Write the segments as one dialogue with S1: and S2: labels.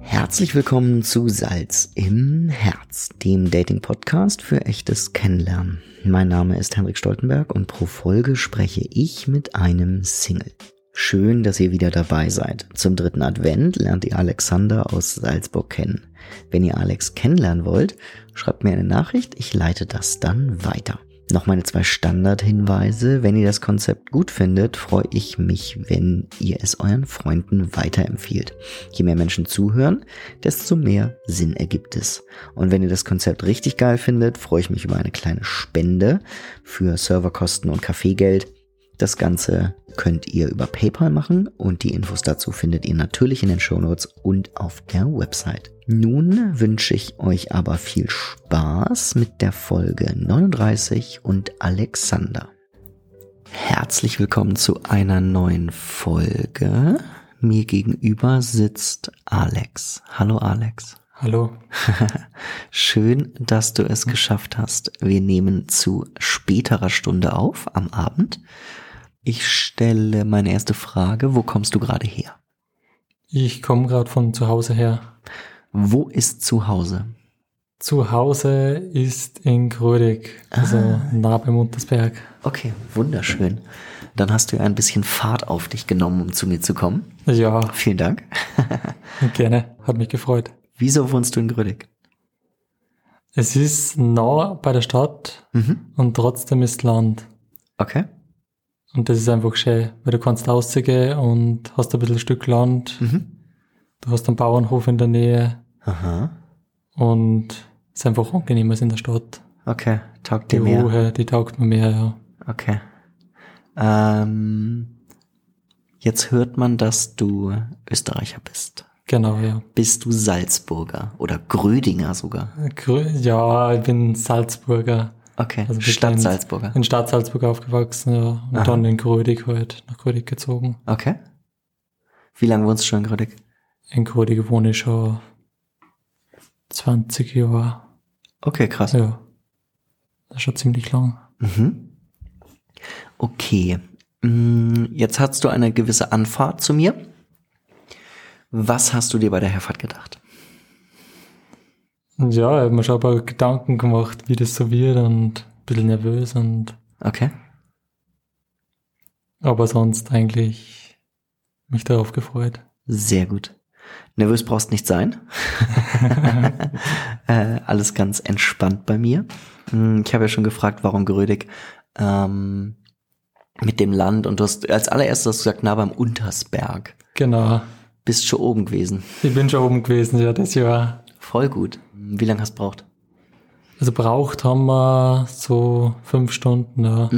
S1: Herzlich willkommen zu Salz im Herz, dem Dating-Podcast für echtes Kennenlernen. Mein Name ist Henrik Stoltenberg und pro Folge spreche ich mit einem Single. Schön, dass ihr wieder dabei seid. Zum dritten Advent lernt ihr Alexander aus Salzburg kennen. Wenn ihr Alex kennenlernen wollt, schreibt mir eine Nachricht, ich leite das dann weiter. Noch meine zwei Standardhinweise. Wenn ihr das Konzept gut findet, freue ich mich, wenn ihr es euren Freunden weiterempfiehlt. Je mehr Menschen zuhören, desto mehr Sinn ergibt es. Und wenn ihr das Konzept richtig geil findet, freue ich mich über eine kleine Spende für Serverkosten und Kaffeegeld. Das Ganze könnt ihr über PayPal machen und die Infos dazu findet ihr natürlich in den Shownotes und auf der Website. Nun wünsche ich euch aber viel Spaß mit der Folge 39 und Alexander. Herzlich willkommen zu einer neuen Folge. Mir gegenüber sitzt Alex. Hallo Alex.
S2: Hallo.
S1: Schön, dass du es geschafft hast. Wir nehmen zu späterer Stunde auf, am Abend. Ich stelle meine erste Frage. Wo kommst du gerade her?
S2: Ich komme gerade von zu Hause her.
S1: Wo ist zu Hause?
S2: Zu Hause ist in Grödig, also nah bei Muntersberg.
S1: Okay, wunderschön. Dann hast du ja ein bisschen Fahrt auf dich genommen, um zu mir zu kommen.
S2: Ja,
S1: Vielen Dank.
S2: gerne. Hat mich gefreut.
S1: Wieso wohnst du in Grödig?
S2: Es ist nah bei der Stadt
S1: Mhm.
S2: und trotzdem ist Land.
S1: Okay.
S2: Und das ist einfach schön, weil du kannst rausgehen und hast ein bisschen Stück Land.
S1: Mhm.
S2: Du hast einen Bauernhof in der Nähe
S1: Aha.
S2: und es ist einfach angenehmer als in der Stadt.
S1: Okay. Taugt
S2: Die
S1: dir mehr.
S2: Ruhe, die taugt mir mehr, ja.
S1: Okay. Ähm, jetzt hört man, dass du Österreicher bist.
S2: Genau, ja.
S1: Bist du Salzburger oder Grödinger sogar?
S2: Grö- Ja, ich bin Salzburger.
S1: Okay,
S2: Also wir
S1: Stadt
S2: sind-
S1: Salzburger.
S2: In Stadt Salzburg aufgewachsen, ja. Und
S1: Aha.
S2: dann in Grödig halt, nach Grödig gezogen.
S1: Okay. Wie lange wohnst du schon in Grödig?
S2: In Grödig wohne ich schon 20 Jahre.
S1: Okay, krass.
S2: Ja. Das ist schon ziemlich lang.
S1: Mhm. Okay. Mm, Jetzt hast du eine gewisse Anfahrt zu mir. Was hast du dir bei der Herfahrt gedacht?
S2: Und ja, ich habe mir schon ein paar Gedanken gemacht, wie das so wird und ein bisschen nervös und,
S1: Okay.
S2: aber sonst eigentlich mich darauf gefreut.
S1: Sehr gut. Nervös brauchst nicht sein. äh, alles ganz entspannt bei mir. Hm, Ich habe ja schon gefragt, warum Grödig ähm, mit dem Land und du hast als allererstes hast du gesagt, na beim Untersberg.
S2: Genau.
S1: Bist schon oben gewesen.
S2: Ich bin schon oben gewesen, ja, das Jahr.
S1: Voll gut. Wie lange hast du braucht?
S2: Also braucht haben wir so fünf Stunden, ja.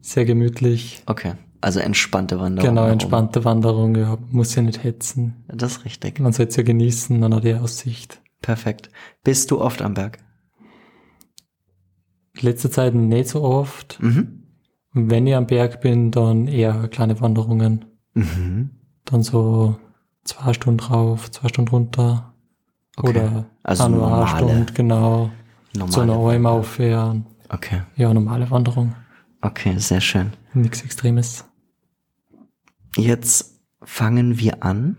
S2: Sehr gemütlich.
S1: Okay. Also entspannte Wanderung.
S2: Genau,
S1: nach oben.
S2: entspannte Wanderung, ja. Muss ja nicht hetzen.
S1: Das ist richtig.
S2: Man soll es ja genießen, dann hat die Aussicht.
S1: Perfekt. Bist du oft am Berg?
S2: Letzte Zeit nicht so oft.
S1: Mhm.
S2: Und Wenn ich am Berg bin, dann eher kleine Wanderungen.
S1: Mhm.
S2: Dann so zwei Stunden rauf, zwei Stunden runter.
S1: Okay.
S2: Oder
S1: Also
S2: auch eine
S1: normale-
S2: Stunde, genau. Zu einer Alm auffahren.
S1: Okay.
S2: Ja, normale Wanderung.
S1: Okay, sehr schön.
S2: Nichts Extremes.
S1: Jetzt fangen wir an,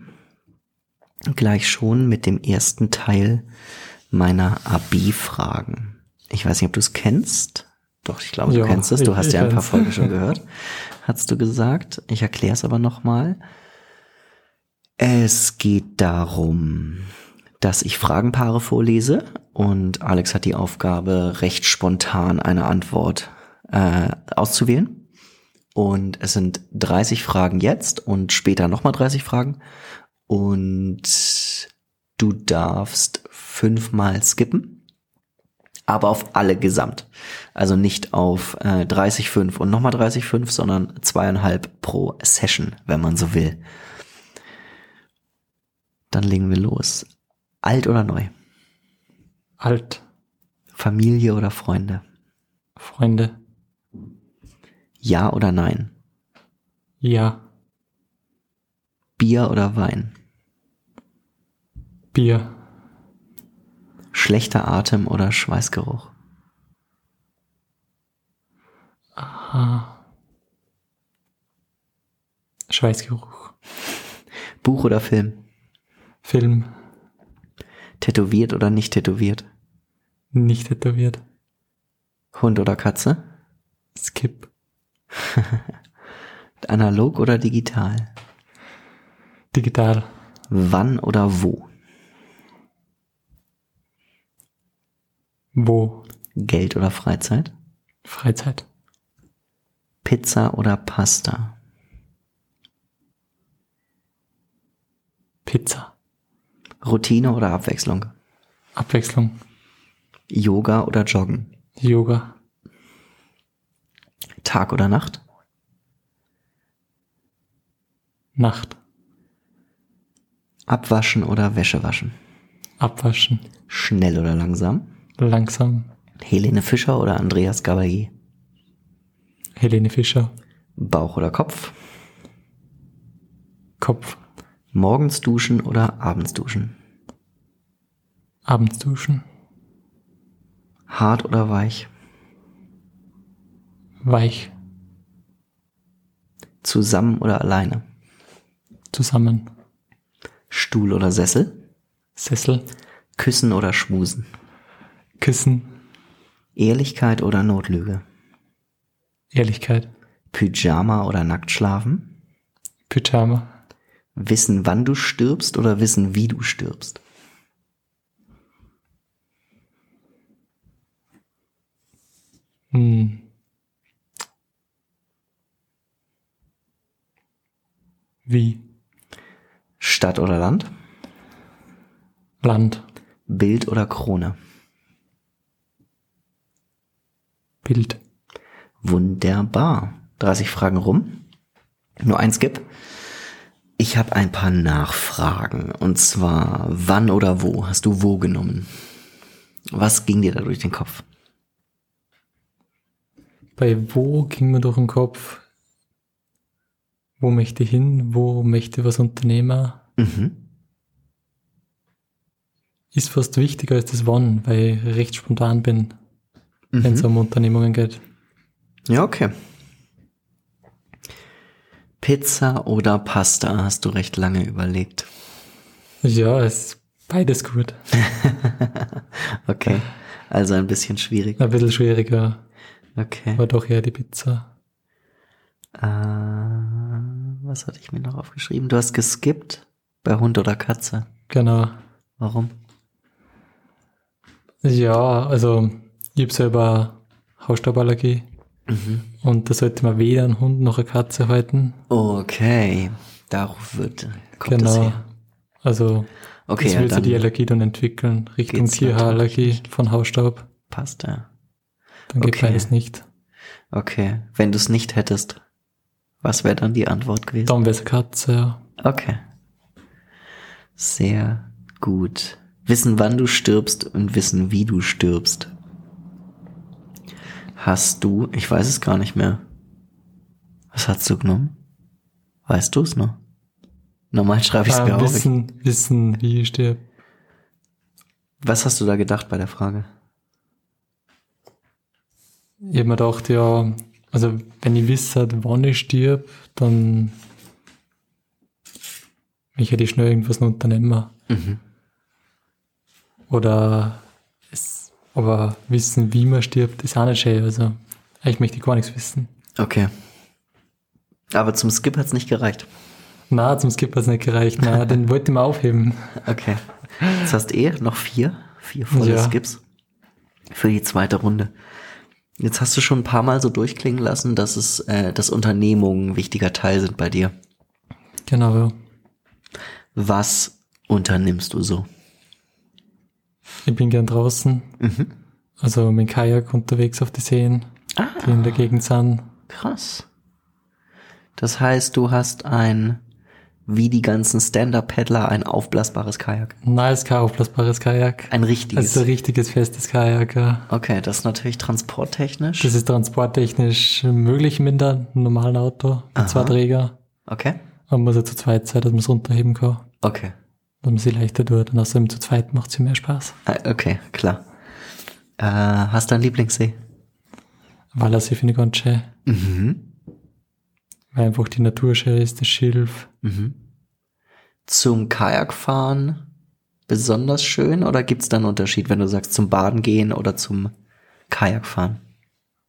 S1: gleich schon mit dem ersten Teil meiner AB-Fragen. Ich weiß nicht, ob du es kennst. Doch, ich glaube, du
S2: Ja,
S1: kennst es. Du
S2: ich-
S1: hast
S2: ich
S1: ja ein paar
S2: kenn's.
S1: Folgen schon gehört. Hast du gesagt. Ich erkläre es aber nochmal. Es geht darum, dass ich Fragenpaare vorlese und Alex hat die Aufgabe, recht spontan eine Antwort äh, auszuwählen. Und es sind 30 Fragen jetzt und später nochmal 30 Fragen. Und du darfst fünfmal skippen, aber auf alle gesamt. Also nicht auf äh, 30, 5 und nochmal 30, 5, sondern zweieinhalb pro Session, wenn man so will. Dann legen wir los. Alt oder neu?
S2: Alt,
S1: Familie oder Freunde?
S2: Freunde,
S1: Ja oder nein?
S2: ja,
S1: Bier oder Wein?
S2: Bier,
S1: Schlechter Atem oder Schweißgeruch?
S2: Schweißgeruch,
S1: Buch oder Film?
S2: Film,
S1: Tätowiert oder nicht tätowiert?
S2: Nicht tätowiert.
S1: Hund oder Katze?
S2: Skip.
S1: Analog oder digital?
S2: Digital.
S1: Wann oder wo?
S2: Wo?
S1: Geld oder Freizeit?
S2: Freizeit.
S1: Pizza oder Pasta?
S2: Pizza.
S1: Routine oder Abwechslung?
S2: Abwechslung.
S1: Yoga oder Joggen?
S2: Yoga.
S1: Tag oder Nacht?
S2: Nacht.
S1: Abwaschen oder Wäsche waschen?
S2: Abwaschen.
S1: Schnell oder langsam?
S2: Langsam.
S1: Helene Fischer oder Andreas Gabalier?
S2: Helene Fischer.
S1: Bauch oder Kopf?
S2: Kopf.
S1: Morgens duschen oder abends duschen?
S2: Abends duschen.
S1: Hart oder weich?
S2: Weich.
S1: Zusammen oder alleine?
S2: Zusammen.
S1: Stuhl oder Sessel?
S2: Sessel.
S1: Küssen oder schmusen?
S2: Küssen.
S1: Ehrlichkeit oder Notlüge?
S2: Ehrlichkeit.
S1: Pyjama oder nackt schlafen?
S2: Pyjama.
S1: Wissen, wann du stirbst oder wissen, wie du stirbst?
S2: Hm. Wie?
S1: Stadt oder Land?
S2: Land.
S1: Bild oder Krone?
S2: Bild.
S1: Wunderbar. 30 Fragen rum. Nur eins gibt. Ich habe ein paar Nachfragen. Und zwar, wann oder wo hast du wo genommen? Was ging dir da durch den Kopf?
S2: Bei wo ging mir durch den Kopf? Wo möchte ich hin? Wo möchte ich was Unternehmer?
S1: Mhm.
S2: Ist fast wichtiger als das Wann, weil ich recht spontan bin, wenn
S1: Mhm.
S2: es um Unternehmungen geht.
S1: Ja, okay. Pizza oder Pasta hast du recht lange überlegt.
S2: Also Ja, es ist beides gut.
S1: Okay. Also ein bisschen schwierig.
S2: Ein bisschen schwieriger,
S1: Okay.
S2: aber doch eher die Pizza.
S1: Äh, was hatte ich mir noch aufgeschrieben? Du hast geskippt bei Hund oder Katze.
S2: Genau.
S1: Warum?
S2: Ja, also ich habe selber Hausstauballergie
S1: Mhm.
S2: und da sollte man weder einen Hund noch eine Katze halten.
S1: Okay. Darauf wird, kommt das
S2: genau.
S1: her.
S2: Also
S1: Okay,
S2: das
S1: ja,
S2: will sich die
S1: dann
S2: Allergie dann entwickeln, Richtung
S1: geht's
S2: Tierallergie von Hausstaub.
S1: passt er.
S2: Dann geht
S1: Okay.
S2: beides nicht.
S1: Okay. Wenn du es nicht hättest, was wäre dann die Antwort gewesen?
S2: Dann wäre es eine Katze, ja.
S1: Okay. Sehr gut. Wissen, wann du stirbst und wissen, wie du stirbst. Hast du, ich weiß es gar nicht mehr. Was hast du genommen? Weißt du es noch? Normal schreibe ich es mir
S2: Ah,
S1: auf. Ich-
S2: wissen, wissen, wie ich stirb.
S1: Was hast du da gedacht bei der Frage?
S2: Ich hab mir gedacht, ja, also wenn ich wisse, wann ich stirb, dann ich hätte ich schnell irgendwas noch unternehmen.
S1: Mhm.
S2: Oder es, aber wissen, wie man stirbt, ist auch nicht schön. Also eigentlich möchte ich gar nichts wissen.
S1: Okay. Aber zum Skip hat's nicht gereicht.
S2: Na, zum Skip hat's nicht gereicht. Na, den wollte ich mir aufheben.
S1: Okay. Jetzt hast eh noch vier, vier volle
S2: Ja.
S1: Skips für die zweite Runde. Jetzt hast du schon ein paar Mal so durchklingen lassen, dass es, äh, dass Unternehmungen ein wichtiger Teil sind bei dir.
S2: Genau, ja.
S1: Was unternimmst du so?
S2: Ich bin gern draußen. Also mit dem Kajak unterwegs auf die Seen, die in der Gegend sind.
S1: Krass. Das heißt, du hast ein, wie die ganzen Stand-Up-Paddler, ein aufblasbares Kajak.
S2: Nein, es ist kein aufblasbares Kajak.
S1: Ein richtiges.
S2: Also ein richtiges festes Kajak. ja.
S1: okay, das ist natürlich transporttechnisch.
S2: Das ist transporttechnisch möglich mit einem normalen Auto, mit zwei Träger.
S1: okay.
S2: Man muss ja zu zweit sein, dass man es runterheben kann,
S1: Okay.
S2: dass man sie leichter tut. Und außerdem zu zweit macht es mehr Spaß.
S1: Ah, Okay, klar. Äh, hast du einen Lieblingssee?
S2: Wallersee finde ich ganz schön. Weil einfach die Natur schön ist, das Schilf.
S1: Zum Kajakfahren besonders schön oder gibt es da einen Unterschied, wenn du sagst zum Baden gehen oder zum Kajakfahren?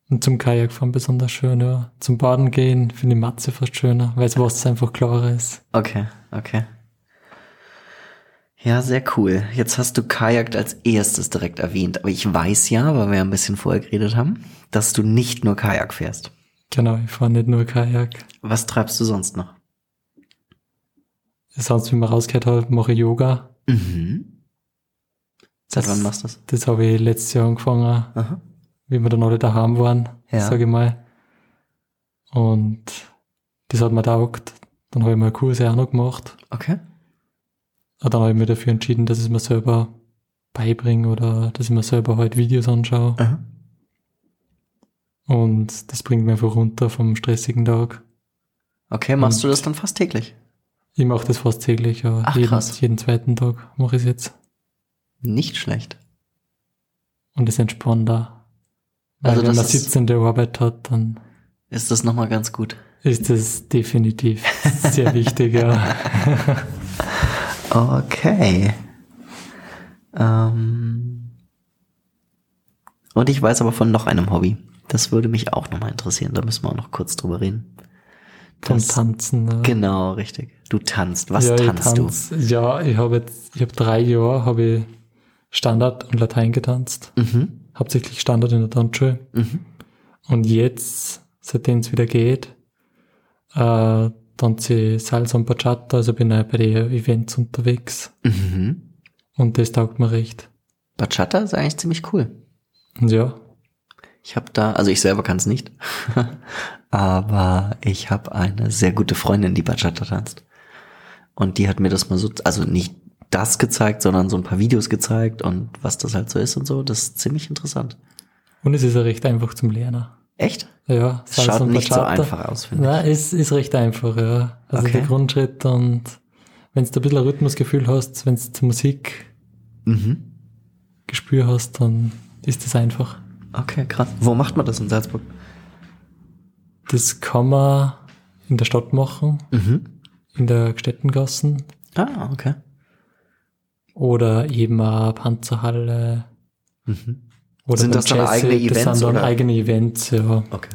S2: Und zum Kajakfahren besonders schön, ja. Zum Baden gehen finde ich Matze fast schöner, weil das Wasser einfach klarer ist.
S1: Okay, okay. Ja, sehr cool. Jetzt hast du Kajakt als erstes direkt erwähnt, aber ich weiß ja, weil wir ein bisschen vorher geredet haben, dass du nicht nur Kajak fährst.
S2: Genau, ich fahre nicht nur Kajak.
S1: Was treibst du sonst noch?
S2: Sonst, wie man rausgehört hat, mache ich Yoga.
S1: Mhm. Seit
S2: Das-
S1: wann machst du das?
S2: Das habe ich letztes Jahr angefangen,
S1: Aha.
S2: wie wir dann alle daheim waren,
S1: Ja.
S2: sage ich mal. Und das hat mir taugt. Dann habe ich mal Kurse auch noch gemacht.
S1: Okay.
S2: Und dann habe ich mich dafür entschieden, dass ich es mir selber beibringe oder dass ich mir selber halt Videos anschaue.
S1: Aha.
S2: Und das bringt mich einfach runter vom stressigen Tag.
S1: Okay, machst du das dann fast täglich?
S2: Ich mache das fast täglich, aber
S1: Ach,
S2: jeden,
S1: krass.
S2: jeden zweiten Tag mache ich es jetzt.
S1: Nicht schlecht.
S2: Und es entspannt da. Weil
S1: Also
S2: wenn
S1: das
S2: man
S1: ist-
S2: 17. Arbeit hat, dann
S1: Ist das nochmal ganz gut.
S2: ist das definitiv sehr wichtig, ja.
S1: Okay. Ähm. Und ich weiß aber von noch einem Hobby. Das würde mich auch nochmal interessieren. Da müssen wir auch noch kurz drüber reden.
S2: Vom
S1: Das-
S2: Tanzen. Ja.
S1: Genau, richtig. Du tanzt. Was
S2: ja,
S1: tanzt
S2: ich tanz, Ja, ich habe jetzt, ich habe drei Jahre habe ich Standard und Latein getanzt.
S1: du? Mhm.
S2: Hauptsächlich Standard in der Tanzschule.
S1: Mhm.
S2: Und jetzt, seitdem es wieder geht, äh, tanze ich Salsa und Bachata, also bin ich bei den Events unterwegs.
S1: Mhm.
S2: Und das taugt mir recht.
S1: Bachata ist eigentlich ziemlich cool.
S2: Und ja,
S1: Ich habe da, also ich selber kann es nicht, aber ich habe eine sehr gute Freundin, die Bachata tanzt. Und die hat mir das mal so, also nicht das gezeigt, sondern so ein paar Videos gezeigt und was das halt so ist und so. Das ist ziemlich interessant.
S2: und es ist ja recht einfach zum Lernen.
S1: Echt?
S2: Ja,
S1: Es schaut nicht so einfach aus, finde
S2: Nein, es ist recht einfach, ja. Also
S1: Okay.
S2: der Grundschritt und wenn du ein bisschen ein Rhythmusgefühl hast, wenn du Musik
S1: ich. Mhm.
S2: Gespür hast, dann ist das einfach.
S1: Okay, krass. Wo macht man das in Salzburg?
S2: Das kann man in der Stadt machen,
S1: Mhm.
S2: in der Städtengassen
S1: Ah, okay.
S2: oder eben eine Panzerhalle
S1: Mhm.
S2: oder
S1: Sind
S2: beim
S1: das dann
S2: Jazzy.
S1: eigene
S2: Das
S1: Events,
S2: sind dann
S1: oder?
S2: eigene Events, ja.
S1: Okay.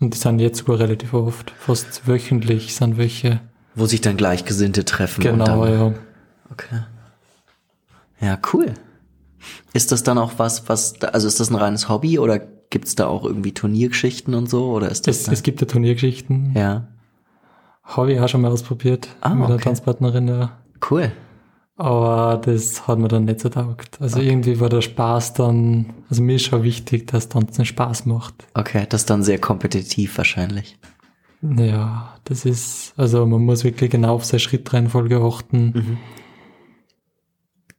S2: Und die sind jetzt sogar relativ oft, fast wöchentlich sind welche.
S1: Wo sich dann Gleichgesinnte treffen. und
S2: Genau,
S1: dann,
S2: ja.
S1: Okay. Ja, cool. Ist das dann auch was, was, also ist das ein reines Hobby oder gibt's da auch irgendwie Turniergeschichten und so? Oder ist das.
S2: Es, es gibt ja Turniergeschichten.
S1: ja,
S2: Habe ich auch schon mal ausprobiert
S1: Ah,
S2: mit einer
S1: okay.
S2: Tanzpartnerin, ja.
S1: cool.
S2: Aber das hat mir dann nicht so taugt. Also irgendwie war der Spaß dann, also mir ist schon wichtig, dass Tanzen Spaß macht.
S1: Okay, das ist dann sehr kompetitiv wahrscheinlich.
S2: Ja, das ist, also man muss wirklich genau auf seine Schrittreihenfolge achten.
S1: Mhm.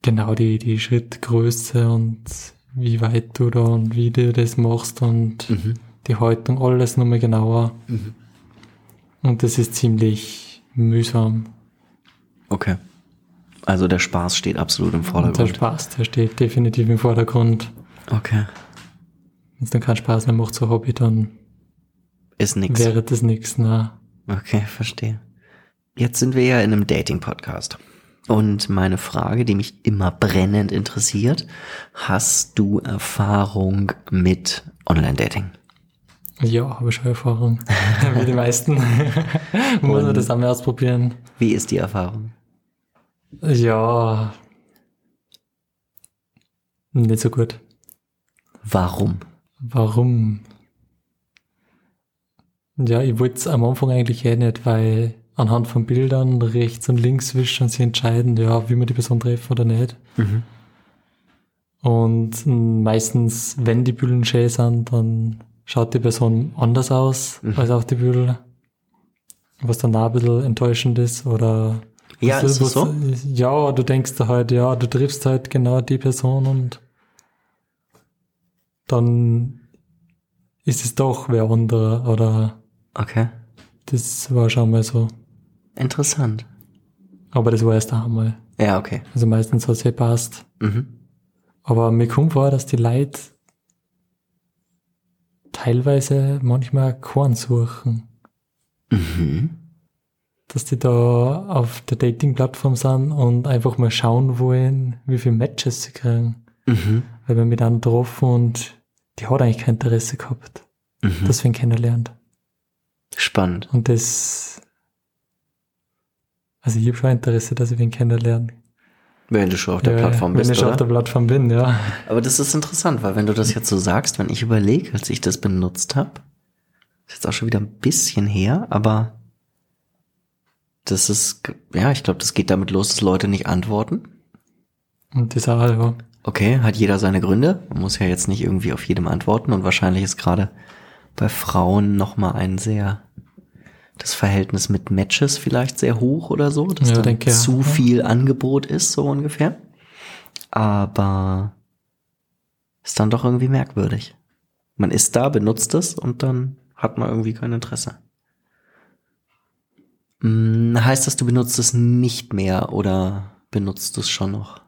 S2: Genau die, die Schrittgröße und wie weit du da und wie du das machst und
S1: Mhm.
S2: die Haltung, alles nochmal genauer. Und das ist ziemlich mühsam.
S1: Okay. Also der Spaß steht absolut im
S2: Und der
S1: Vordergrund.
S2: Spaß, der steht definitiv im Vordergrund.
S1: Okay.
S2: Wenn es dann keinen Spaß mehr macht, so Hobby, dann
S1: Ist nix.
S2: wäre das nichts. Na,
S1: Okay, verstehe. Jetzt sind wir ja in einem Dating-Podcast. Und meine Frage, die mich immer brennend interessiert, hast du Erfahrung mit Online-Dating?
S2: ja, habe ich schon Erfahrung. Wie die meisten. Muss man das einmal ausprobieren.
S1: Wie ist die Erfahrung?
S2: Ja. Nicht so gut.
S1: Warum?
S2: Warum? Ja, ich wollte es am Anfang eigentlich eh nicht, weil anhand von Bildern rechts und links will schon sie entscheiden, ja, wie man die Person treffen oder nicht. Und mm, meistens, wenn die Bilder schön sind, dann schaut die Person anders aus
S1: Mhm.
S2: als auf die Bilder. Was dann auch ein bisschen enttäuschend ist oder
S1: Ja,
S2: was-
S1: ist das
S2: was-
S1: so?
S2: Ja, du denkst da halt, ja, du triffst halt genau die Person und dann ist es doch wer anderer oder
S1: Okay,
S2: das war schon mal so.
S1: interessant.
S2: Aber das war erst einmal.
S1: Ja, okay.
S2: Also meistens hat es eh passt.
S1: Mhm.
S2: Aber mir kommt vor, dass die Leute teilweise manchmal Korn suchen.
S1: Mhm.
S2: dass die da auf der Dating-Plattform sind und einfach mal schauen wollen, wie viele Matches sie kriegen.
S1: Mhm.
S2: Weil wir mit einem getroffen und die hat eigentlich kein Interesse gehabt,
S1: Mhm.
S2: dass wir ihn kennenlernt.
S1: Spannend.
S2: Und das, also ich habe schon Interesse, dass ich ihn kennenlerne.
S1: Wenn du schon auf der
S2: Ja,
S1: Plattform
S2: wenn
S1: bist,
S2: ich schon
S1: oder?
S2: auf der Plattform bin, ja.
S1: Aber das ist interessant, weil wenn du das jetzt so sagst, wenn ich überlege, als ich das benutzt habe, ist jetzt auch schon wieder ein bisschen her, aber das ist, ge- ja, ich glaube, das geht damit los, dass Leute nicht antworten.
S2: Und das auch, ja.
S1: Okay, hat jeder seine Gründe. Man muss ja jetzt nicht irgendwie auf jedem antworten und wahrscheinlich ist gerade bei Frauen nochmal ein sehr, das Verhältnis mit Matches vielleicht sehr hoch oder so, dass
S2: Ja,
S1: da
S2: denke, ja.
S1: zu viel Angebot ist, so ungefähr. Aber ist dann doch irgendwie merkwürdig. Man ist da, benutzt es und dann hat man irgendwie kein Interesse. Hm, Heißt das, du benutzt es nicht mehr oder benutzt du es schon noch?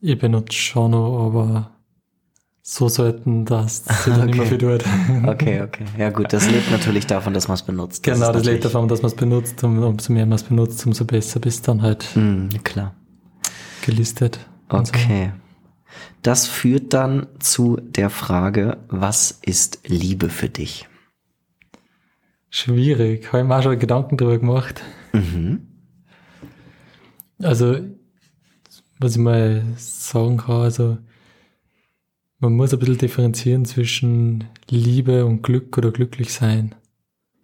S2: Ich benutze schon noch, aber so selten, dass sie dann immer
S1: Okay.
S2: viel tut.
S1: Okay, okay. Ja gut, das lebt natürlich davon, dass man es benutzt.
S2: genau,
S1: ist
S2: das liegt
S1: natürlich-
S2: davon, dass man es benutzt und umso mehr man es benutzt, umso besser bist du dann halt
S1: Hm, klar.
S2: gelistet. und so.
S1: Okay. Das führt dann zu der Frage, was ist Liebe für dich?
S2: Schwierig, habe ich mir auch schon Gedanken drüber gemacht.
S1: Mhm.
S2: Also, was ich mal sagen kann, also, man muss ein bisschen differenzieren zwischen Liebe und Glück oder glücklich sein.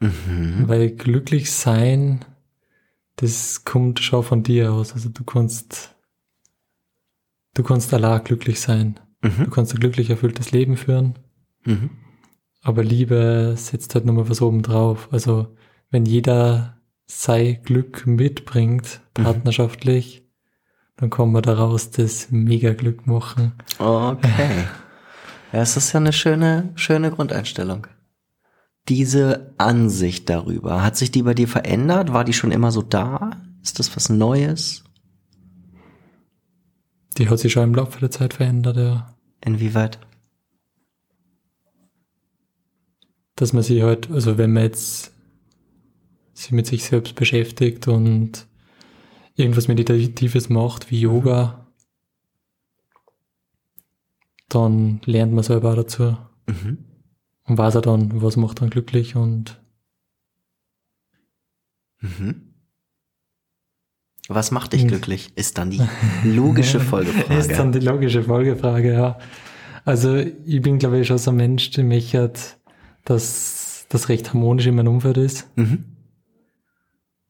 S1: Mhm.
S2: Weil glücklich sein, das kommt schon von dir aus. Also du kannst, du kannst allein glücklich sein. Du
S1: Mhm.
S2: kannst ein glücklich erfülltes Leben führen.
S1: Mhm.
S2: Aber Liebe setzt halt nochmal was oben drauf. Also wenn jeder sei Glück mitbringt, partnerschaftlich, dann kann man daraus das Mega-Glück machen.
S1: Okay. Ja, es ist ja eine schöne, schöne Grundeinstellung. Diese Ansicht darüber, hat sich die bei dir verändert? War die schon immer so da? Ist das was Neues?
S2: Die hat sich schon im Laufe der Zeit verändert, ja.
S1: Inwieweit?
S2: dass man sich halt, also wenn man jetzt sich mit sich selbst beschäftigt und irgendwas Meditatives macht, wie Yoga, dann lernt man selber auch dazu
S1: Mhm.
S2: und weiß auch dann, was macht dann glücklich und
S1: Mhm. Was macht dich glücklich? Ist dann die logische Folgefrage.
S2: Hm. ist dann die logische Folgefrage, ja. Also ich bin, glaube ich, schon so ein Mensch, der mich hat, dass das recht harmonisch in meinem Umfeld ist
S1: mhm.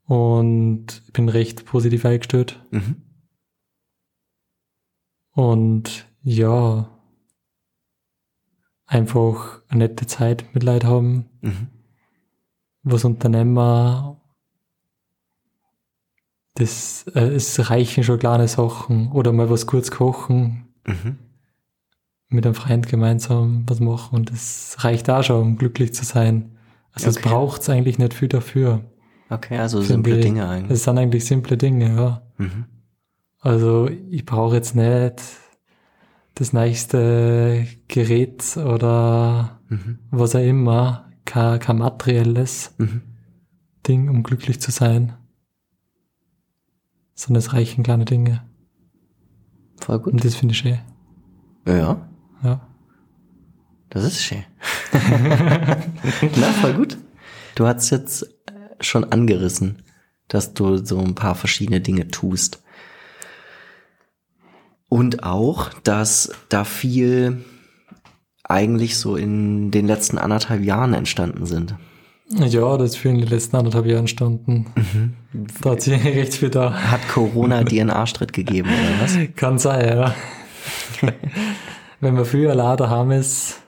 S2: und ich bin recht positiv eingestellt.
S1: Mhm.
S2: Und ja, einfach eine nette Zeit mit Leuten haben,
S1: Mhm.
S2: was Unternehmer, das, äh, es reichen schon kleine Sachen oder mal was kurz kochen,
S1: Mhm.
S2: mit einem Freund gemeinsam was machen und das reicht da schon, um glücklich zu sein. Also es
S1: Okay.
S2: braucht's eigentlich nicht viel dafür.
S1: Okay, also
S2: Für
S1: simple
S2: die-
S1: Dinge eigentlich.
S2: Es sind eigentlich simple Dinge, ja.
S1: Mhm.
S2: Also ich brauche jetzt nicht das nächste Gerät oder
S1: Mhm.
S2: was auch immer, kein, kein materielles
S1: Mhm.
S2: Ding, um glücklich zu sein, sondern es reichen kleine Dinge.
S1: Voll gut.
S2: Und das finde ich schön.
S1: Ja,
S2: Ja.
S1: das ist schön. Na, voll gut. Du hast jetzt äh, schon angerissen, dass du so ein paar verschiedene Dinge tust. Und auch, dass da viel eigentlich so in den letzten anderthalb Jahren entstanden sind.
S2: ja, das für in den letzten anderthalb Jahren Stunden. Da hat sich recht viel da.
S1: Hat Corona dir einen Arschtritt gegeben, oder was?
S2: Kann sein, ja. Wenn man früher allein daheim ist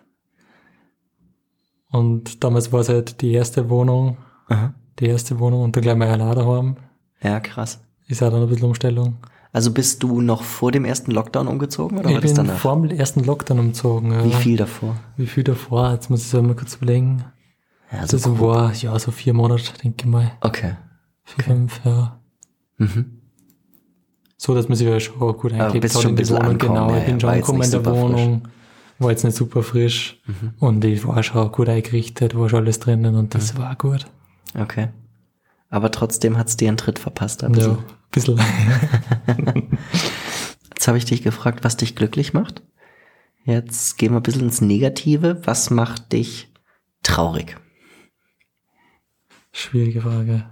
S2: und damals war es halt die erste Wohnung,
S1: Aha.
S2: die erste Wohnung und dann gleich mal allein daheim,
S1: Ja, krass.
S2: ist auch dann ein bisschen Umstellung.
S1: Also bist du noch vor dem ersten Lockdown umgezogen oder war
S2: ich
S1: das
S2: bin
S1: danach?
S2: vor dem ersten Lockdown umzogen. Ja.
S1: Wie viel davor?
S2: Wie viel davor? Jetzt muss ich selber mal kurz überlegen.
S1: Ja,
S2: Also
S1: so
S2: das war, ja, so vier Monate, denke ich mal.
S1: Okay.
S2: Vier, fünf, ja.
S1: Mhm.
S2: So, dass man sich ja schon gut eingelebt
S1: bist schon ein
S2: in die
S1: bisschen
S2: Wohnung.
S1: angekommen,
S2: genau,
S1: ja,
S2: ich bin
S1: ja,
S2: schon
S1: war jetzt
S2: angekommen in
S1: nicht super frisch. Mhm.
S2: der Wohnung. War jetzt nicht super frisch.
S1: Mhm.
S2: Und ich war schon gut eingerichtet, war schon alles drinnen und das war gut.
S1: Okay. aber trotzdem hat's dir einen Tritt verpasst. Ein bisschen.
S2: Ja, ein bisschen.
S1: Jetzt habe ich dich gefragt, was dich glücklich macht. Jetzt gehen wir ein bisschen ins Negative. Was macht dich traurig?
S2: Schwierige Frage.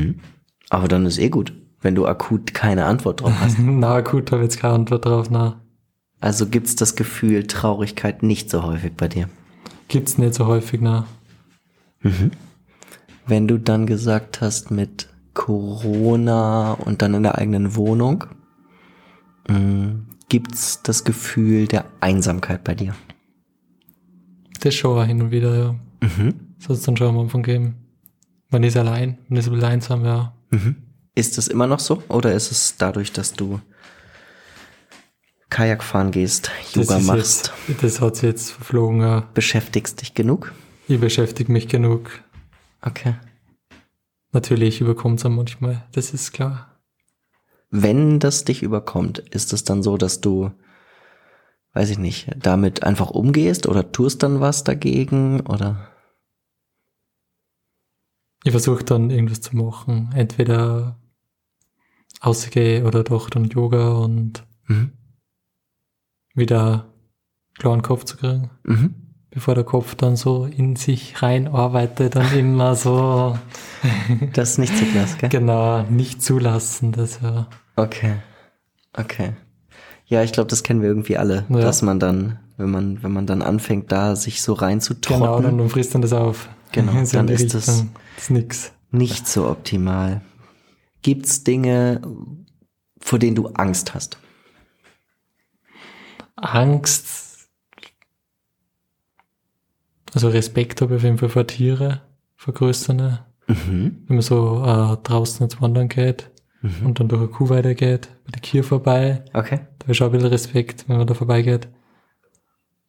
S1: Aber dann ist eh gut, wenn du akut keine Antwort drauf hast.
S2: na gut, habe jetzt keine Antwort drauf. Na,
S1: Also gibt's das Gefühl Traurigkeit nicht so häufig bei dir.
S2: gibt's nicht so häufig. Na,
S1: Wenn du dann gesagt hast mit Corona und dann in der eigenen Wohnung, mh, gibt's das Gefühl der Einsamkeit bei dir.
S2: das schon auch hin und wieder, ja.
S1: Mhm.
S2: Soll es dann schon am Anfang geben. Man ist allein, man ist ein bisschen einsam, ja.
S1: Ist das immer noch so oder ist es dadurch, dass du Kajak fahren gehst,
S2: Das
S1: Yoga
S2: ist
S1: machst,
S2: Jetzt, das hat sich jetzt verflogen, ja.
S1: beschäftigst dich genug?
S2: Ich beschäftige mich genug.
S1: Okay.
S2: Natürlich überkommt es manchmal, das ist klar.
S1: Wenn das dich überkommt, ist es dann so, dass du, weiß ich nicht, damit einfach umgehst oder tust dann was dagegen oder?
S2: Ich versuche dann irgendwas zu machen. Entweder ausgehe oder doch dann Yoga und
S1: Mhm.
S2: wieder klaren Kopf zu kriegen.
S1: Mhm.
S2: Bevor der Kopf dann so in sich reinarbeitet und immer so
S1: Das ist nicht so klasse, gell?
S2: genau nicht zulassen. Das ja.
S1: Okay. Okay. Ja, ich glaube, das kennen wir irgendwie alle,
S2: Ja.
S1: dass man dann, wenn man, wenn man dann anfängt, da sich so
S2: Genau,
S1: reinzutrocknen,
S2: dann, dann frisst dann das auf.
S1: Genau,
S2: So in
S1: dann
S2: die
S1: ist das-
S2: Richtung. ist nix.
S1: nicht so optimal. Gibt's Dinge, vor denen du Angst hast?
S2: Angst. Also Respekt habe ich auf jeden Fall vor Tiere, vor Größere.
S1: Mhm.
S2: Wenn man so äh, draußen jetzt wandern geht und dann durch eine Kuh weitergeht, bei der Kier vorbei,
S1: Okay.
S2: da habe ich schon ein bisschen Respekt, wenn man da vorbeigeht.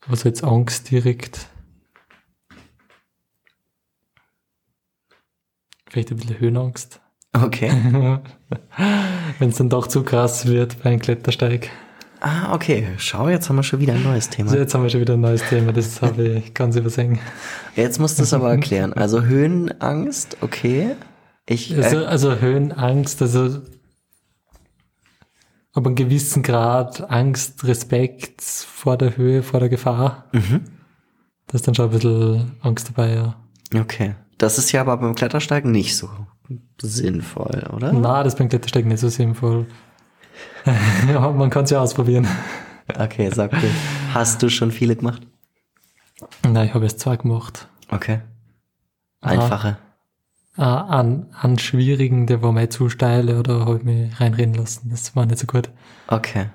S2: Aber so jetzt Angst direkt. Vielleicht ein bisschen Höhenangst.
S1: Okay.
S2: wenn es dann doch zu krass wird bei einem Klettersteig.
S1: Ah, okay. Schau, jetzt haben wir schon wieder ein neues Thema.
S2: Also jetzt haben wir schon wieder ein neues Thema, das habe ich ganz übersehen.
S1: Jetzt musst du es aber erklären. Also Höhenangst, okay. Ich,
S2: Also,
S1: äh,
S2: also Höhenangst, also ab einem gewissen Grad Angst, Respekt vor der Höhe, vor der Gefahr. Da ist dann schon ein bisschen Angst dabei, ja.
S1: okay. Das ist ja aber beim Klettersteigen nicht so sinnvoll, oder?
S2: Na, das beim Klettersteigen nicht so sinnvoll. ja, man kann es ja ausprobieren.
S1: Okay, sag du. Hast du schon viele gemacht?
S2: Nein, ich habe erst zwei gemacht.
S1: Okay. Einfache.
S2: Äh, an, an schwierigen, der war mir zu steil oder habe ich mich reinreden lassen. Das war nicht so gut.
S1: Okay.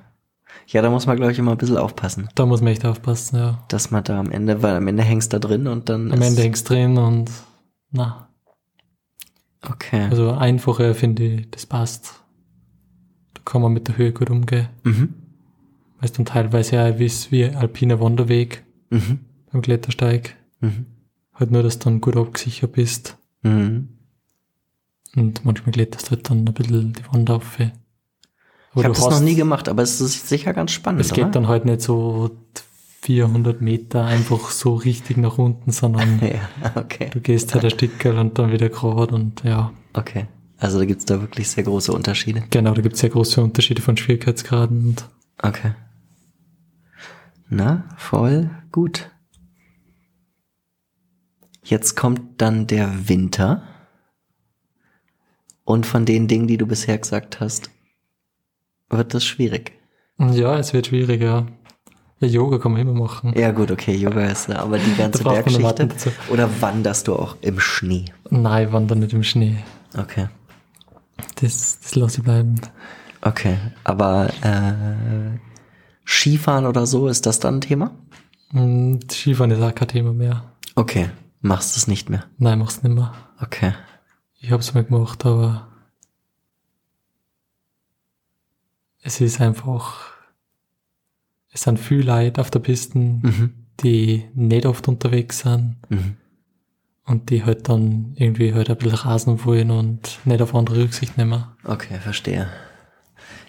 S1: Ja, da muss man, glaube ich, immer ein bisschen aufpassen,
S2: Da muss man echt aufpassen, ja.
S1: dass man da am Ende, weil am Ende hängst du da drin und dann
S2: Am
S1: ist,
S2: Ende hängst drin und na.
S1: Okay.
S2: Also einfacher finde ich, das passt. Da kann man mit der Höhe gut umgehen.
S1: mhm.
S2: Weil es dann teilweise ja ist wie ein alpiner Wanderweg
S1: Mhm.
S2: beim Klettersteig.
S1: Mhm.
S2: Halt nur, dass du dann gut abgesichert bist.
S1: Mhm.
S2: Und manchmal kletterst du halt dann ein bisschen die Wand auf. Aber
S1: Ich
S2: du
S1: habe das noch
S2: hast-
S1: nie gemacht, aber es ist sicher ganz spannend,
S2: Es geht
S1: oder?
S2: dann halt nicht so 400 Meter einfach so richtig nach unten, sondern
S1: ja, okay.
S2: du gehst halt ein Stückerl und dann wieder gerade und ja.
S1: Okay. Also da gibt's da wirklich sehr große Unterschiede.
S2: Genau, da gibt es sehr große Unterschiede von Schwierigkeitsgraden und
S1: Okay. Na, voll gut. Jetzt kommt dann der Winter. Und von den Dingen, die du bisher gesagt hast, wird das schwierig.
S2: Ja, es wird schwieriger. Ja, Yoga kann man immer machen.
S1: Ja gut, okay, Yoga ist da, aber die ganze
S2: Da braucht man
S1: Bergschichte.
S2: eine Matte dazu.
S1: Oder wanderst du auch im Schnee?
S2: Nein, wandern nicht im Schnee.
S1: Okay,
S2: Das, das lasse ich bleiben.
S1: okay. Aber äh, Skifahren oder so, ist das dann ein Thema?
S2: Und Hm, Skifahren ist auch kein Thema mehr.
S1: Okay, machst es nicht mehr.
S2: Nein, mach's nicht mehr.
S1: Okay.
S2: Ich hab's mal gemacht, aber es ist einfach, es sind viel Leute auf der Piste,
S1: Mhm.
S2: die nicht oft unterwegs sind
S1: Mhm.
S2: und die halt dann irgendwie halt ein bisschen rasen wollen und nicht auf andere Rücksicht nehmen.
S1: Okay, verstehe.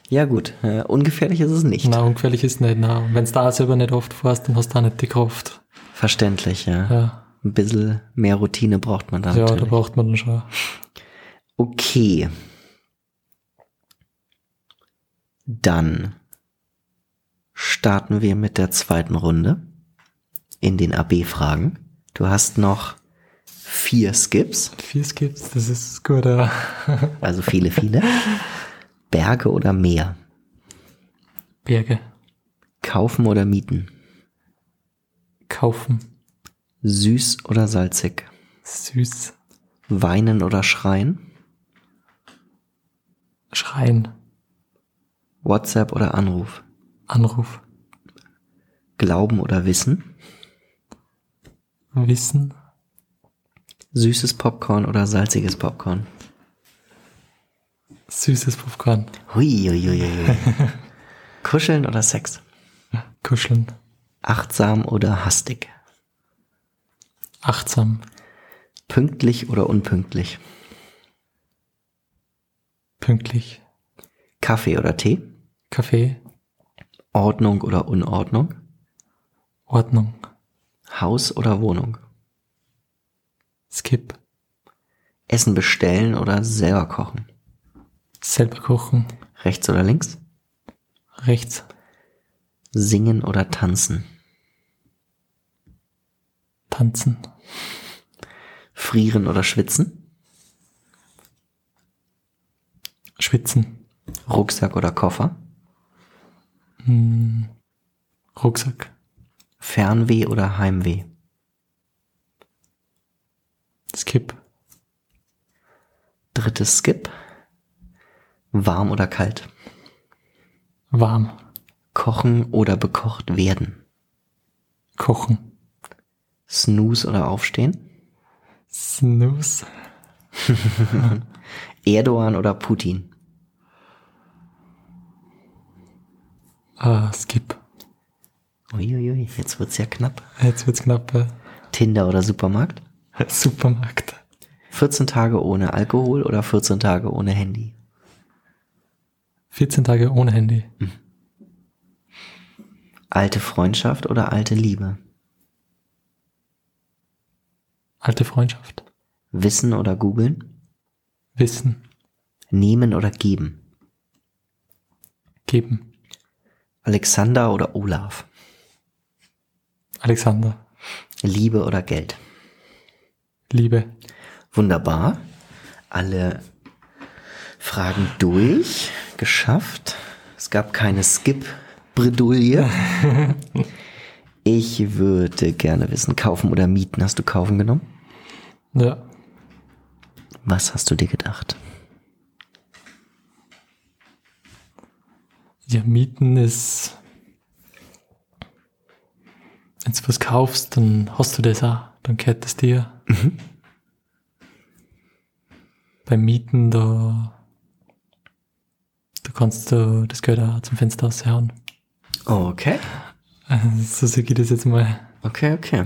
S1: Ja gut, äh, ungefährlich ist es nicht.
S2: Nein, ungefährlich ist nicht. Nein. Und wenn da selber nicht oft fährst, dann hast du auch nicht die Kraft.
S1: Verständlich, ja.
S2: Ja,
S1: Ein bisschen mehr Routine braucht man da
S2: ja da
S1: natürlich.
S2: braucht man dann schon.
S1: Okay. Dann starten wir mit der zweiten Runde in den AB-Fragen. Du hast noch vier Skips,
S2: Vier Skips, das ist gut. ja.
S1: also viele, viele. Berge oder Meer?
S2: Berge
S1: Kaufen oder mieten?
S2: kaufen.
S1: Süß oder salzig?
S2: Süß.
S1: Weinen oder schreien?
S2: Schreien.
S1: WhatsApp oder Anruf?
S2: Anruf.
S1: Glauben oder Wissen?
S2: Wissen.
S1: Süßes Popcorn oder salziges Popcorn?
S2: Süßes Popcorn.
S1: Hui, hui, hui, hui. Kuscheln oder Sex?
S2: Kuscheln.
S1: Achtsam oder hastig?
S2: Achtsam.
S1: Pünktlich oder unpünktlich?
S2: Pünktlich.
S1: Kaffee oder Tee?
S2: Kaffee.
S1: Ordnung oder Unordnung?
S2: Ordnung.
S1: Haus oder Wohnung?
S2: Skip.
S1: Essen bestellen oder selber kochen?
S2: Selber kochen.
S1: Rechts oder links?
S2: Rechts.
S1: Singen oder tanzen?
S2: Tanzen.
S1: Frieren oder schwitzen?
S2: Schwitzen.
S1: Rucksack oder Koffer?
S2: Hm. Rucksack.
S1: Fernweh oder Heimweh?
S2: Skip.
S1: Drittes Skip. Warm oder kalt?
S2: Warm.
S1: Kochen oder bekocht werden?
S2: Kochen.
S1: Snooze oder aufstehen?
S2: Snooze.
S1: Erdogan oder Putin?
S2: Ah, skip.
S1: Uiuiui, jetzt wird's ja knapp.
S2: Jetzt wird's knapp. äh.
S1: Tinder oder Supermarkt?
S2: Supermarkt.
S1: 14 Tage ohne Alkohol oder 14 Tage ohne Handy?
S2: 14 Tage ohne Handy.
S1: Alte Freundschaft oder alte Liebe?
S2: Alte Freundschaft.
S1: Wissen oder googeln?
S2: Wissen.
S1: Nehmen oder geben?
S2: Geben.
S1: Alexander oder Olaf?
S2: Alexander.
S1: Liebe oder Geld?
S2: Liebe.
S1: Wunderbar. Alle Fragen durch. Geschafft. Es gab keine Skip-Bredouille. Ich würde gerne wissen, kaufen oder mieten. Hast du kaufen genommen?
S2: Ja.
S1: Was hast du dir gedacht?
S2: Ja, Mieten ist. Wenn du was kaufst, dann hast du das auch. Dann gehört das dir. Beim Mieten, da. Da kannst du das Geld auch zum Fenster aushauen.
S1: Okay.
S2: Also, so sage ich das jetzt mal.
S1: Okay, okay.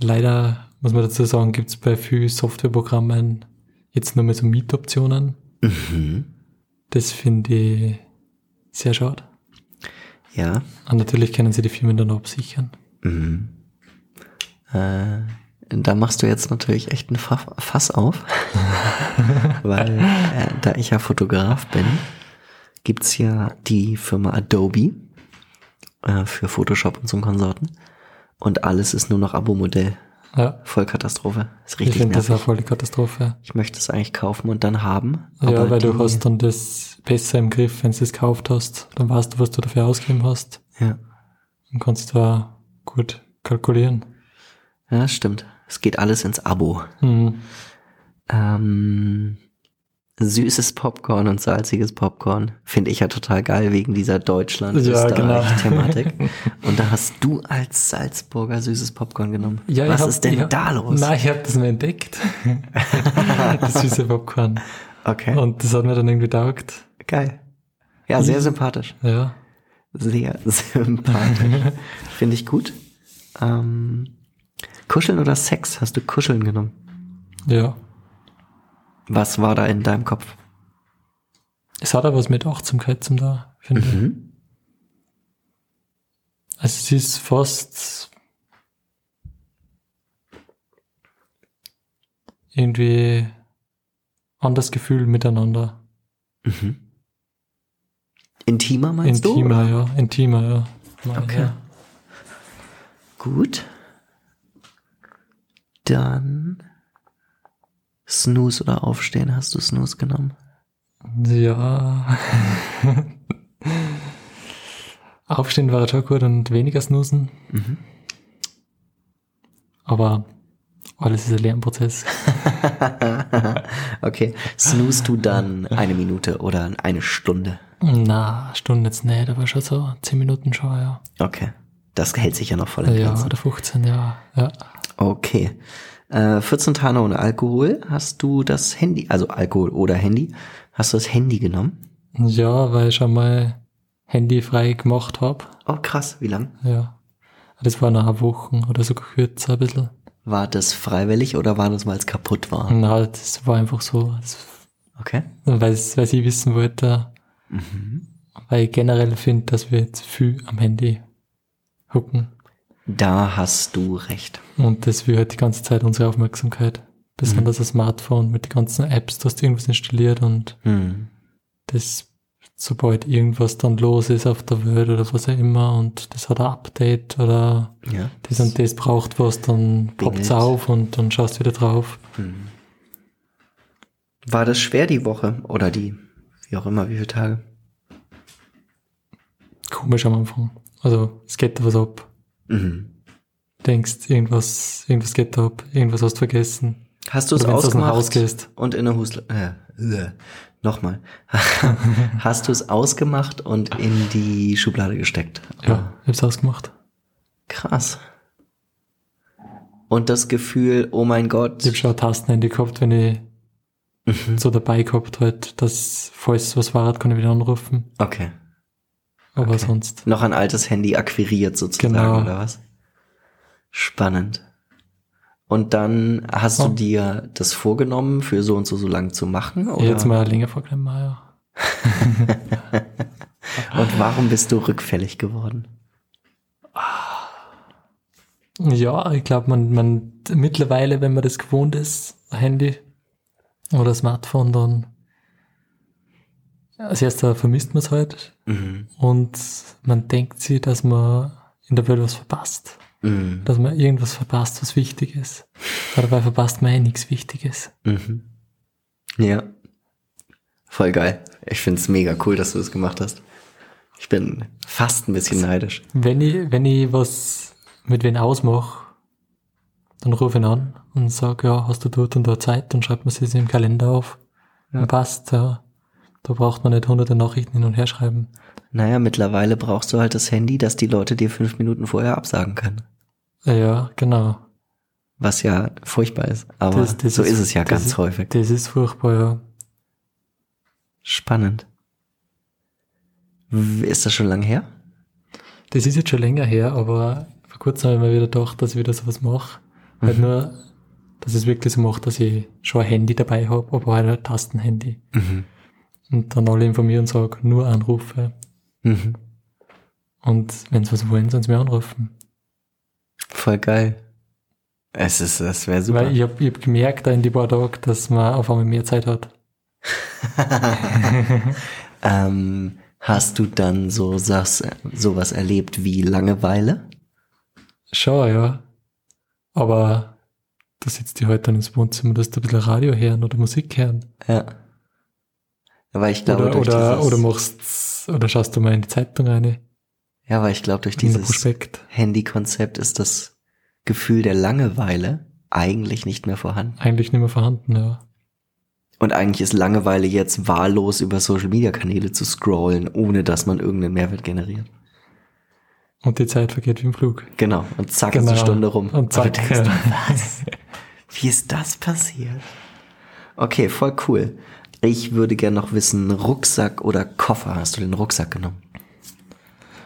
S2: Leider muss man dazu sagen, gibt es bei vielen Softwareprogrammen jetzt nur mehr so Mietoptionen.
S1: Mhm.
S2: Das finde ich sehr schade.
S1: Ja.
S2: Und natürlich können sie die Firmen dann absichern.
S1: Äh, da machst du jetzt natürlich echt ein Fa- Fass auf, weil äh, da ich ja Fotograf bin, gibt's ja die Firma Adobe äh, für Photoshop und so einen Konsorten. Und alles ist nur noch Abo-Modell.
S2: Ja,
S1: Vollkatastrophe. Ist
S2: ich
S1: richtig
S2: finde das auch
S1: nervig.
S2: voll die Katastrophe.
S1: Ich möchte es eigentlich kaufen und dann haben.
S2: ja, weil du
S1: die-
S2: hast dann das besser im Griff, wenn du es gekauft hast. Dann weißt du, was du dafür ausgegeben hast.
S1: Ja.
S2: Und kannst da gut kalkulieren.
S1: ja, stimmt. Es geht alles ins Abo.
S2: Hm.
S1: Ähm, süßes Popcorn und salziges Popcorn finde ich ja total geil wegen dieser
S2: Ja,
S1: Deutschland-Österreich-Thematik.
S2: genau.
S1: und da hast du als Salzburger süßes Popcorn genommen.
S2: Ja, ich
S1: Was
S2: hab-
S1: ist denn
S2: ich hab-
S1: da los?
S2: Nein, ich habe das mal entdeckt. das süße Popcorn.
S1: Okay,
S2: Und das hat mir dann irgendwie taugt.
S1: geil. Ja,
S2: Mhm.
S1: sehr sympathisch.
S2: Ja.
S1: Sehr sympathisch. finde ich gut. Ähm, Kuscheln oder Sex? Hast du Kuscheln genommen?
S2: Ja.
S1: Was war da in deinem Kopf?
S2: Es hat aber was mit Achtsamkeit zum da, finde ich.
S1: Mhm.
S2: Also es ist fast irgendwie anderes Gefühl miteinander.
S1: Mhm. Intimer meinst du?
S2: intimer, ja. Intimer, ja. Meine,
S1: Okay.
S2: ja.
S1: Gut. Dann Snooze oder Aufstehen. Hast du Snooze genommen?
S2: Ja. Aufstehen war schon gut und weniger snoosen.
S1: Mhm.
S2: Aber alles ist ein Lernprozess.
S1: Okay. Snooze du dann eine Minute oder eine Stunde.
S2: Na, Stunden jetzt nicht, aber schon so 10 Minuten schon, ja.
S1: Okay. Das hält sich ja noch voll in
S2: Ja,
S1: Grenzen.
S2: oder 15, ja. ja.
S1: Okay. Äh, 14 Tage ohne Alkohol. Hast du das Handy, also Alkohol oder Handy, hast du das Handy genommen?
S2: Ja, weil ich schon mal Handy frei gemacht habe.
S1: Oh krass, wie lang?
S2: Ja. Das war nach Wochen oder sogar kürzer ein bisschen.
S1: War das freiwillig oder war das, weil es kaputt war?
S2: Na, halt, das war einfach so, das
S1: Okay.
S2: weil ich wissen wollte, weil ich generell finde, dass wir jetzt viel am Handy hucken
S1: Da hast du recht.
S2: und das wir halt die ganze Zeit unsere Aufmerksamkeit, besonders das Smartphone mit den ganzen Apps, du hast irgendwas installiert und
S1: Hm.
S2: das, sobald irgendwas dann los ist auf der Welt oder was auch immer und das hat ein Update oder
S1: Ja.
S2: das und das braucht was, dann poppt's
S1: Bingelt.
S2: auf und dann schaust du wieder drauf.
S1: War das schwer die Woche oder die, wie auch immer, wie viele Tage?
S2: Komisch am Anfang. Also es geht da was ab.
S1: Mhm.
S2: denkst, irgendwas, irgendwas geht da ab, irgendwas hast du vergessen.
S1: Hast du es
S2: Oder wenn's aus dem Haus
S1: ausgemacht
S2: gehst.
S1: und in der Hustle, äh, äh, nochmal. hast du es ausgemacht und in die Schublade gesteckt?
S2: Ja, ich hab's ausgemacht.
S1: Krass. Und das Gefühl, oh mein Gott,
S2: Ich hab schon ein Tastenhandy gehabt, wenn ich
S1: Mhm.
S2: so dabei gehabt halt, dass, falls was war, kann ich wieder anrufen.
S1: okay,
S2: Aber sonst.
S1: noch ein altes Handy akquiriert sozusagen
S2: Genau.
S1: oder was? Spannend. Und dann hast
S2: Ja.
S1: du dir das vorgenommen, für so und so so lang zu machen? Oder?
S2: Jetzt mal länger vorgenommen, ah ja.
S1: Und warum bist du rückfällig geworden?
S2: Ja, ich glaube, man, man, mittlerweile, wenn man das gewohnt ist, Handy oder Smartphone, dann als erster vermisst man es halt
S1: Mhm.
S2: und man denkt sich, dass man in der Welt was verpasst.
S1: Mhm.
S2: dass man irgendwas verpasst, was wichtig ist. Aber dabei verpasst man eh nichts Wichtiges.
S1: Mhm. Ja. Voll geil. Ich find's mega cool, dass du das gemacht hast. Ich bin fast ein bisschen neidisch.
S2: Wenn ich, wenn ich was mit wen ausmache, dann rufe ich ihn an und sage, ja, hast du dort und da Zeit, dann schreibt man sich das im Kalender auf. Dann passt, ja. Da braucht man nicht hunderte Nachrichten hin und her schreiben.
S1: Naja, mittlerweile brauchst du halt das Handy, dass die Leute dir fünf Minuten vorher absagen können.
S2: Ja, genau.
S1: Was ja furchtbar ist. Aber
S2: Das- das
S1: so ist, es ja
S2: das
S1: ganz
S2: ist-
S1: häufig.
S2: Das ist furchtbar, ja.
S1: Spannend. W- Ist das schon lang her?
S2: Das ist jetzt schon länger her, aber vor kurzem habe ich mir wieder gedacht, dass ich wieder sowas mache.
S1: Mhm.
S2: Halt nur, dass ich es wirklich so mache, dass ich schon ein Handy dabei habe, aber halt ein Tastenhandy. Und dann alle informieren und sage, nur Anrufe.
S1: Mhm.
S2: Und wenn sie was wollen, sollen sie mir anrufen.
S1: Voll geil. Es ist, das wäre super.
S2: Weil ich habe ich hab gemerkt in die paar Tagen, dass man auf einmal mehr Zeit hat.
S1: Ähm, hast du dann so sas- sowas erlebt wie Langeweile?
S2: Schon, ja. Aber da sitzt die halt dann ins Wohnzimmer, dass du ein bisschen Radio hören oder Musik hören.
S1: Ja. Weil ich glaube,
S2: oder,
S1: durch
S2: oder,
S1: dieses,
S2: oder machst oder schaust du mal in die Zeitung rein,
S1: ja, weil ich glaube, durch
S2: in den
S1: dieses
S2: Prospekt.
S1: Handy-Konzept ist das Gefühl der Langeweile eigentlich nicht mehr vorhanden.
S2: eigentlich nicht mehr vorhanden, ja.
S1: Und eigentlich ist Langeweile jetzt wahllos über Social-Media-Kanäle zu scrollen, ohne dass man irgendeinen Mehrwert generiert.
S2: Und die Zeit vergeht wie im Flug.
S1: Genau. Und zack ist die
S2: Genau.
S1: Stunde rum.
S2: Und
S1: du
S2: zack,
S1: denkst,
S2: ja.
S1: was? Wie ist das passiert? Okay, voll cool. Ich würde gerne noch wissen, Rucksack oder Koffer? Hast du den Rucksack genommen?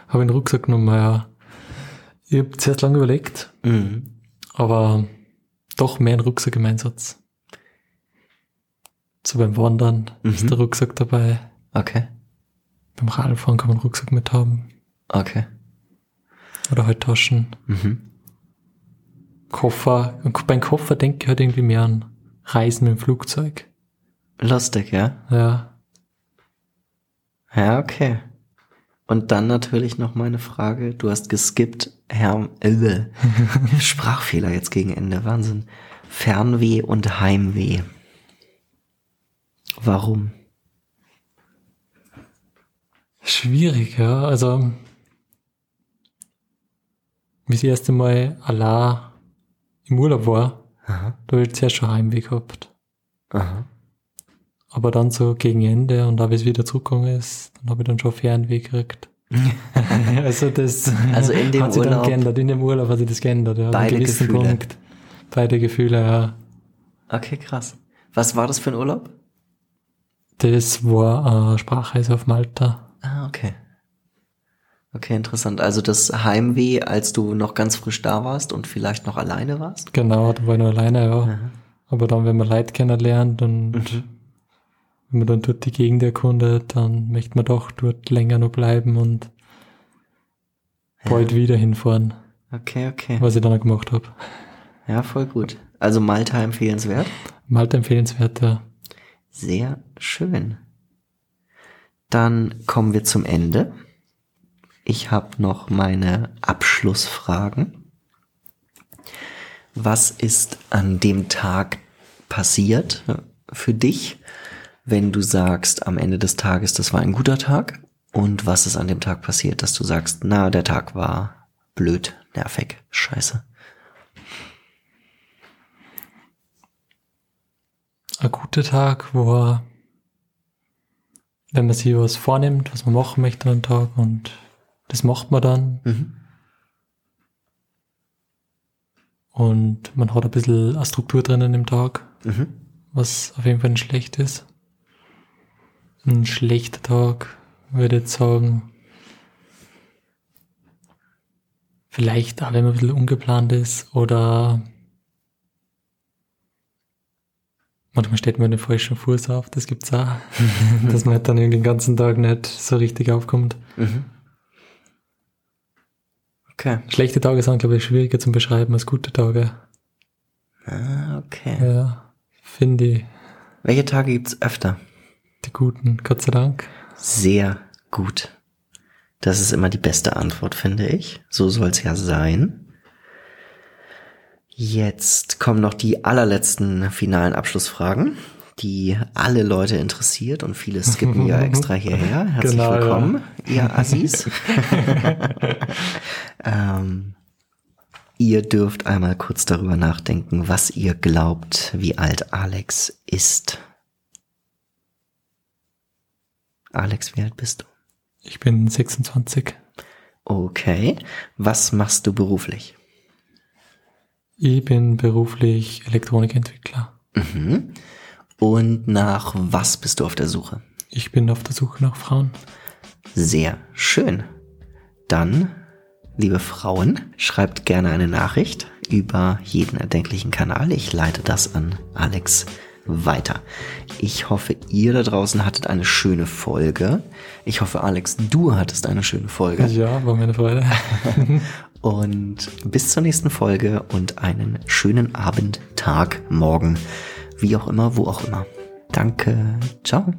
S2: Habe den Rucksack genommen, ja. Ich habe zuerst lange überlegt,
S1: Mhm.
S2: aber doch mehr ein Rucksack im Einsatz. So beim Wandern ist der Rucksack dabei.
S1: Okay.
S2: Beim Radfahren kann man einen Rucksack mit haben.
S1: Okay.
S2: Oder halt Taschen.
S1: Mhm.
S2: Koffer. Und beim Koffer denke ich halt irgendwie mehr an Reisen mit dem Flugzeug.
S1: Lustig, ja?
S2: Ja.
S1: Ja, okay. Und dann natürlich noch meine Frage, du hast geskippt, Herr, äh, Sprachfehler jetzt gegen Ende, Wahnsinn. Fernweh und Heimweh. Warum?
S2: Schwierig, ja. Also, wie ich das erste Mal Allah im Urlaub war,
S1: Aha,
S2: da habe ich zuerst schon Heimweh gehabt.
S1: aha.
S2: Aber dann so gegen Ende und da, wie es wieder zurückgekommen ist, dann habe ich dann schon Fernweh gekriegt. also das
S1: Also in dem
S2: hat sich
S1: Urlaub-
S2: dann geändert. In dem Urlaub hat sich das geändert. Ja, An einem
S1: Beide
S2: gewissen
S1: Gefühle.
S2: Punkt. Beide Gefühle, ja.
S1: Okay, krass. Was war das für ein Urlaub?
S2: Das war äh, Sprachreise auf Malta.
S1: Ah, okay. Okay, interessant. Also das Heimweh, als du noch ganz frisch da warst und vielleicht noch alleine warst?
S2: Genau, da war ich noch alleine, ja.
S1: Aha. Mhm.
S2: Aber dann, wenn man Leute kennenlernt und wenn man dann dort die Gegend erkundet, dann möchte man doch dort länger noch bleiben und bald wieder hinfahren,
S1: Okay, okay.
S2: was ich dann auch gemacht habe.
S1: Ja, voll gut. Also Malta empfehlenswert.
S2: Malta empfehlenswert, ja.
S1: Sehr schön. Dann kommen wir zum Ende. Ich habe noch meine Abschlussfragen. Was ist an dem Tag passiert äh, für dich, wenn du sagst am Ende des Tages, das war ein guter Tag? Und was ist an dem Tag passiert, dass du sagst, na, der Tag war blöd, nervig, scheiße.
S2: Ein guter Tag, wo wenn man sich was vornimmt, was man machen möchte an einem Tag und das macht man dann und man hat ein bisschen eine Struktur drinnen im Tag,
S1: Mhm.
S2: was auf jeden Fall nicht schlecht ist. Ein schlechter Tag, würde ich jetzt sagen. Vielleicht auch, wenn man ein bisschen ungeplant ist oder manchmal steht man den falschen Fuß auf, das gibt's auch, dass man halt dann irgendwie den ganzen Tag nicht so richtig aufkommt.
S1: Okay.
S2: Schlechte Tage sind, glaube ich, schwieriger zu beschreiben als gute Tage.
S1: Ah, okay.
S2: Ja, finde ich.
S1: Welche Tage gibt's öfter?
S2: Die guten, Gott sei Dank.
S1: Sehr gut. Das ist immer die beste Antwort, finde ich. So soll's ja sein. Jetzt kommen noch die allerletzten finalen Abschlussfragen, die alle Leute interessiert und viele skippen ja extra hierher. Herzlich
S2: Genau, ja.
S1: willkommen, ihr Assis. ähm, ihr dürft einmal kurz darüber nachdenken, was ihr glaubt, wie alt Alex ist. Alex, wie alt bist du?
S2: Ich bin 26.
S1: Okay. Was machst du beruflich?
S2: Ich bin beruflich Elektronikentwickler.
S1: Mhm. Und nach was bist du auf der Suche?
S2: Ich bin auf der Suche nach Frauen.
S1: Sehr schön. Dann, liebe Frauen, schreibt gerne eine Nachricht über jeden erdenklichen Kanal. Ich leite das an Alex weiter. Ich hoffe, ihr da draußen hattet eine schöne Folge. Ich hoffe, Alex, du hattest eine schöne Folge.
S2: Ja, war meine Freude.
S1: Und bis zur nächsten Folge und einen schönen Abend, Tag, Morgen, wie auch immer, wo auch immer. Danke, ciao.